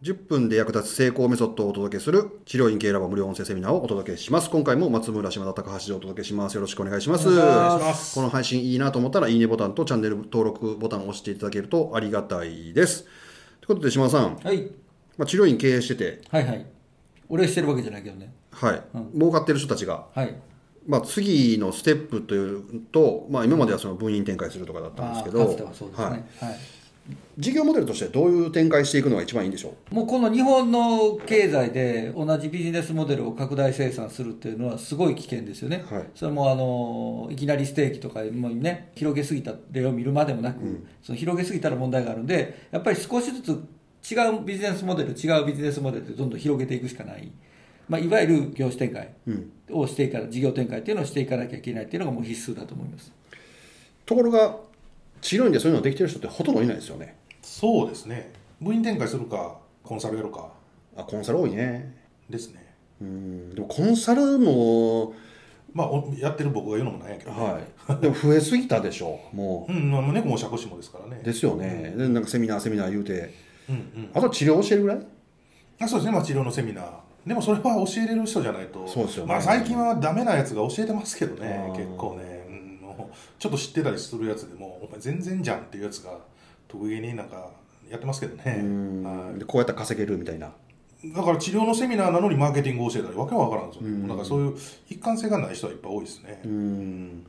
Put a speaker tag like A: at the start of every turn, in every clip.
A: 10分で役立つ成功メソッドをお届けする治療院系ラボ無料音声セミナーをお届けします。今回も松村島田高橋でお届けします。よろしくお願いします。
B: お願いし
A: こ
B: ま
A: の配信いいなと思ったらいいねボタンとチャンネル登録ボタンを押していただけるとありがたいです。ということで島田さん、
B: はい
A: まあ、治療院経営してて、
B: はいはい俺はしてるわけじゃないけどね
A: はい、儲かってる人たちが、
B: はい
A: まあ、次のステップというと、まあ、今まではその分院展開するとかだったんですけ
B: あ
A: ど、
B: ーかつてはそうですね、
A: は
B: はい
A: い、事業モデルとしてどういう展開していくのが一番いいんでしょう
B: もうこの日本の経済で同じビジネスモデルを拡大生産するっていうのはすごい危険ですよね、
A: はい
B: それもあのいきなりステーキとかもうね広げすぎた例を見るまでもなく、その広げすぎたら問題があるんでやっぱり少しずつ違うビジネスモデル違うビジネスモデルでどんどん広げていくしかない、まあ、いわゆる業種展開をしていか、事業展開っていうのをしていかなきゃいけないっていうのがもう必須だと思います
A: ところが治療院でそういうのできてる人ってほとんどいないですよね
C: そうですね部員展開するかコンサルやるか
A: あコンサル多いね
C: ですね
A: うんでもコンサルも
C: まあおやってる僕が言うのもなんやけど、
A: はいでも増えすぎたでしょも
C: うんまあ猫も釈子もですからね
A: うですよねでなんかセミナーセミナー言うて
C: うんうん
A: あと治療教えるぐらい
C: あそうですね、まあ、治療のセミナーでもそれは教えれる人じゃないと
A: そうですよね
C: まあ、最近はダメなやつが教えてますけどね
A: あー
C: 結構ね、うん、もうちょっと知ってたりするやつでもお前全然じゃんっていうやつが得意げになんかやってますけどね
A: うん
C: は
A: でこうやったら稼げるみたいない
C: だから治療のセミナーなのにマーケティングを教えたりわけわからんぞ、なんかそういう一貫性がない人はいっぱい多いですね、
A: うん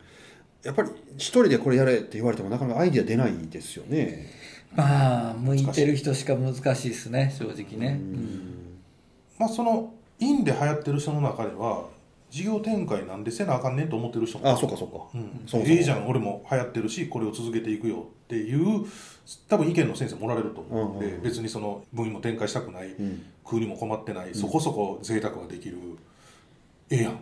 A: やっぱり一人でこれやれって言われてもなかなかアイディア出ないですよね
B: まあ向いてる人しか難しいですね正直ね、
C: まあその院で流行ってる人の中では事業展開なんでせなあかんねんと思ってる人も
A: あそうかそうか
C: うん
A: そもそも
C: いいじゃん俺も流行ってるしこれを続けていくよっていう多分意見の先生もおられると思うんで、
A: うんうん
C: 別にその分院も展開したくない、
A: ん
C: 食うにも困ってない、そこそこ贅沢ができるええやんっ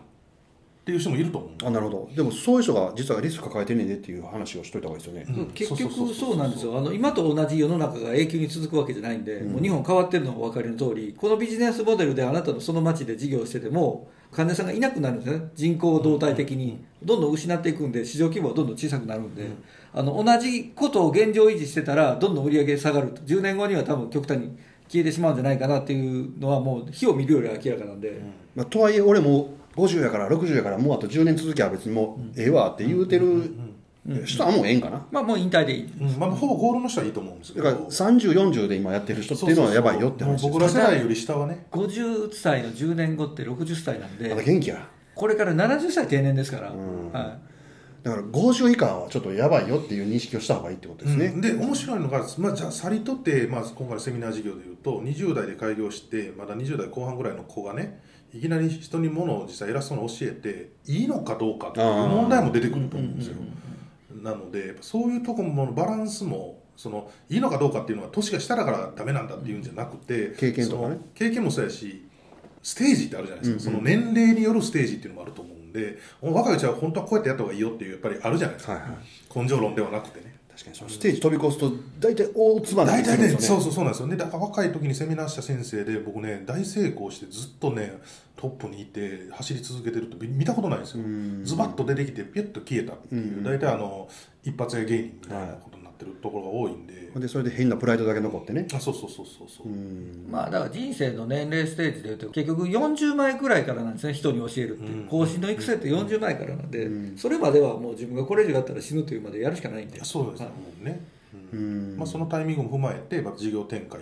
C: ていう人もいると思う
A: あなるほどでもそういう人が実はリスク抱えてんねんでっていう話をしといた方がいいですよね、
C: うん
B: 結
C: そうそうそう
B: 局
C: そう
B: そうなんですよあの今と同じ世の中が永久に続くわけじゃないんで、もう日本変わってるのがお分かりの通りこのビジネスモデルであなたのその町で事業をしてても患者さんがいなくなるんですね人口を動態的にどんどん失っていくんで市場規模はどんどん小さくなるんで、あの同じことを現状維持してたらどんどん売り上げ下がると10年後には多分極端に消えてしまうんじゃないかなっていうのはもう火を見るより明らかなんで、
A: まあ、とはいえ俺も50やから60やからもうあと10年続きは別にもうええわって言うてる人はもうええんかな
B: まあもう引退でいい
C: うんまあ、ほぼゴールの人はいいと思うんですけ
A: だ
C: ど
A: から3040で今やってる人っていうのはやばいよって話
C: もう
A: です
C: 僕ら世代より下はね
B: 50歳の10年後って60歳なん
A: まだ
B: で
A: 元気や
B: これから70歳定年ですから、
A: ん
B: はい
A: だから50以下はちょっとやばいよっていう認識をした方がいいってことですね、
C: うんで面白いのが、まあ、じゃあさりとって、まあ、今回のセミナー事業でいうと20代で開業してまだ20代後半ぐらいの子がねいきなり人にものを実際偉そうに教えていいのかどうかっていう問題も出てくると思うんですよ。なのでやっぱそういうとこもバランスもそのいいのかどうかっていうのは年が下だからダメなんだっていうんじゃなくて、
A: 経験とかね
C: その経験もそうやしステージってあるじゃないですか、その年齢によるステージっていうのもあると思うんで若いうちは本当はこうやってやった方がいいよっていうやっぱりあるじゃないですか、
A: はいはい
C: 根性論ではなくてね。
A: 確かにそのステージ飛び越すと大体大つばな
C: 大
A: りする
C: 体
A: んで
C: ね、
A: すよ
C: そう
A: ね
C: そうそうなんですよね。だから若い時にセミナーした先生で、僕ね、大成功してずっとね、トップにいて、走り続けてるって見見たことないんですよ。ズバッと出てきて、ピュッと消えたっていう、大体あの、一発屋芸人みたいなことになってるところが多いんで、
A: でそれで変なプライドだけ残ってね
C: あそうそうそうそうそう。
B: まあだから人生の年齢ステージでいうと結局40前くらいからなんですね人に教えるっていう後進の育成って40前からなんでそれまではもう自分がこれ以上やったら死ぬというまでやるしかないん
C: い
B: で
C: やそうですね、もうね。うんまあ、そのタイミングも踏まえて、まあ、事業展開、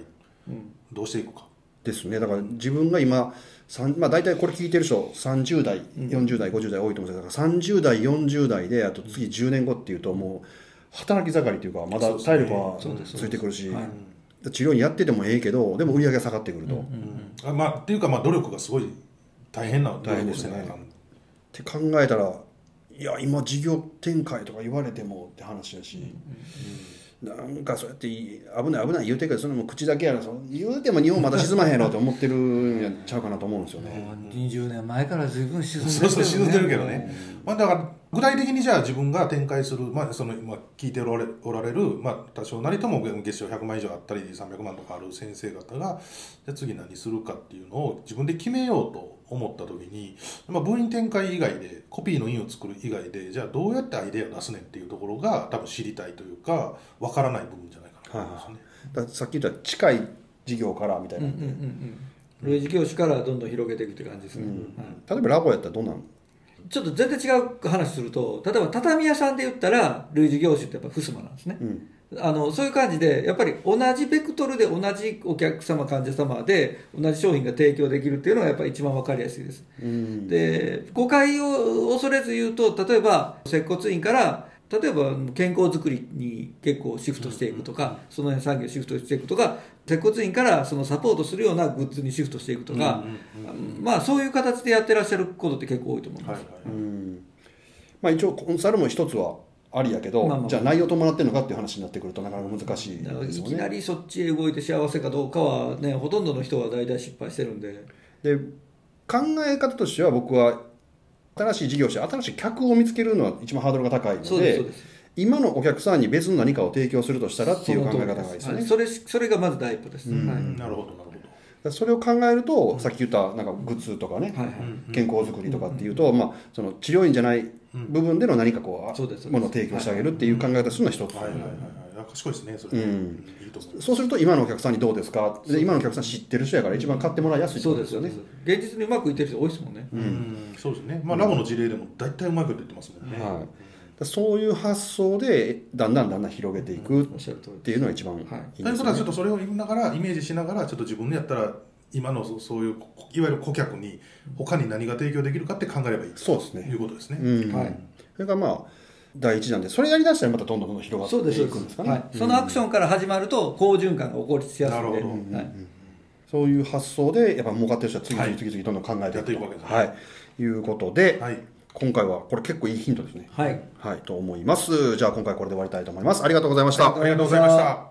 C: どうしていくか。
A: ですねだから自分が今、さんまあ、大体これ聞いてる人30代40代50代多いと思うんですけどだから30代40代であと次10年後っていうともう働き盛りというかまだ体力はついてくるし、治療にやっててもええけどでも売り上げが下がってくると、っ
C: あまあ、っていうか、まあ、努力がすごい大変な努力をしてないかん
A: て考えたらいや今事業展開とか言われてもって話やし、なんかそうやってい危ない危ない言うてるけどそれも口だけやなその言うても日本まだ沈まへんやろって思ってるんやちゃうかなと思うんですよね。
B: 20年前から随分沈んで
C: そうそう、沈んでるけどね。まあ、だから、具体的にじゃあ自分が展開する、まあ、その、まあ、聞いておられおられる、まあ、多少なりとも月賞100万以上あったり、300万とかある先生方が、じゃあ次何するかっていうのを自分で決めようと思った時に、まあ、分院展開以外で、コピーの印を作る以外で、じゃあどうやってアイデアを出すねんっていうところが、多分知りたいというか、わからない部分じゃないかなと思いますね。
A: だからさっき言った近い事業からみたい
B: うんう
A: な、
B: んうんうん類似業種からどんどん広げていくって感じですね、はい
A: 例えばラボやったらどうなん
B: ちょっと全然違う話すると例えば畳屋さんで言ったら類似業種ってやっぱ襖なんですね、
A: うん
B: あのそういう感じでやっぱり同じベクトルで同じお客様患者様で同じ商品が提供できるっていうのがやっぱり一番分かりやすいです、
A: うん
B: で誤解を恐れず言うと例えば接骨院から例えば健康づくりに結構シフトしていくとか、その辺産業シフトしていくとか接骨院からそのサポートするようなグッズにシフトしていくとか、まあそういう形でやってらっしゃることって結構多いと思います、
C: はいはい
A: うんまあ、一応コンサルも一つはありやけど、
B: まあまあ
A: じゃあ内容伴ってるのかっていう話になってくるとなかなか難しい
B: だから
A: で
B: い
A: すよ
B: きな
A: ね。
B: りそっちへ動いて幸せかどうかはねほとんどの人は大体失敗してるんで
A: で考え方としては僕は新しい事業者新しい客を見つけるのは一番ハードルが高いので
B: そうですそうです
A: 今のお客さんに別の何かを提供するとしたらっていう考え方がいいです
B: その通り
A: ね。
B: はいそれそれがまず第一歩です、
C: う
B: はい
C: んなるほどなるほど
A: それを考えると、さっき言ったなんかグッズとかね、
B: はいはい
A: 健康づくりとかっていうと、まあ、その治療院じゃない部分での何かこう,、
B: そうですそうです
A: ものを提供してあげるっていう考え方するのは一つ、
C: はいはいはいはいあ賢いですねそれ、
A: うん
C: いいと思う
A: そうすると今のお客さんにどうですかで今のお客さん知ってる人やから一番買ってもらいやすいって
B: そ
A: こ
B: う
A: と
B: ですよね現実にうまくいってる人多いですもんね、
C: うんそうですねまあラボの事例でも大体うまいこと言ってますもんね
A: はい、だからそういう発想でだんだんだんだん広げていくっ
B: おっしゃる通り
A: ていうのが一番いいんですよ
B: は
A: ね
C: ということはちょっとそれを見ながらイメージしながらちょっと自分でやったら今のそうそういうこいわゆる顧客に他に何が提供できるかって考えればいいと
A: そうですね
C: いうことですね、
A: うん
B: はい
A: それがまあ第一弾でそれやりだしたらまたどんどんどんどん広
B: そ
A: が
B: う
A: っ
B: です
A: て
B: そう
A: いくん
B: で
A: ですすかね
B: はい、そのアクションから始まると好循環が起こりしやすいので、
C: なるほ
B: はい、
A: そういう発想でやっぱ儲かってる人は次々
C: はい
A: 次々どんどん考えていくと、
C: やっていくわけですね
A: はい、いうことで、
C: はい
A: 今回はこれ結構いいヒントですね
B: はい
A: はいと思いますじゃあ今回これで終わりたいと思いますありがとうございました
C: ありがとうございました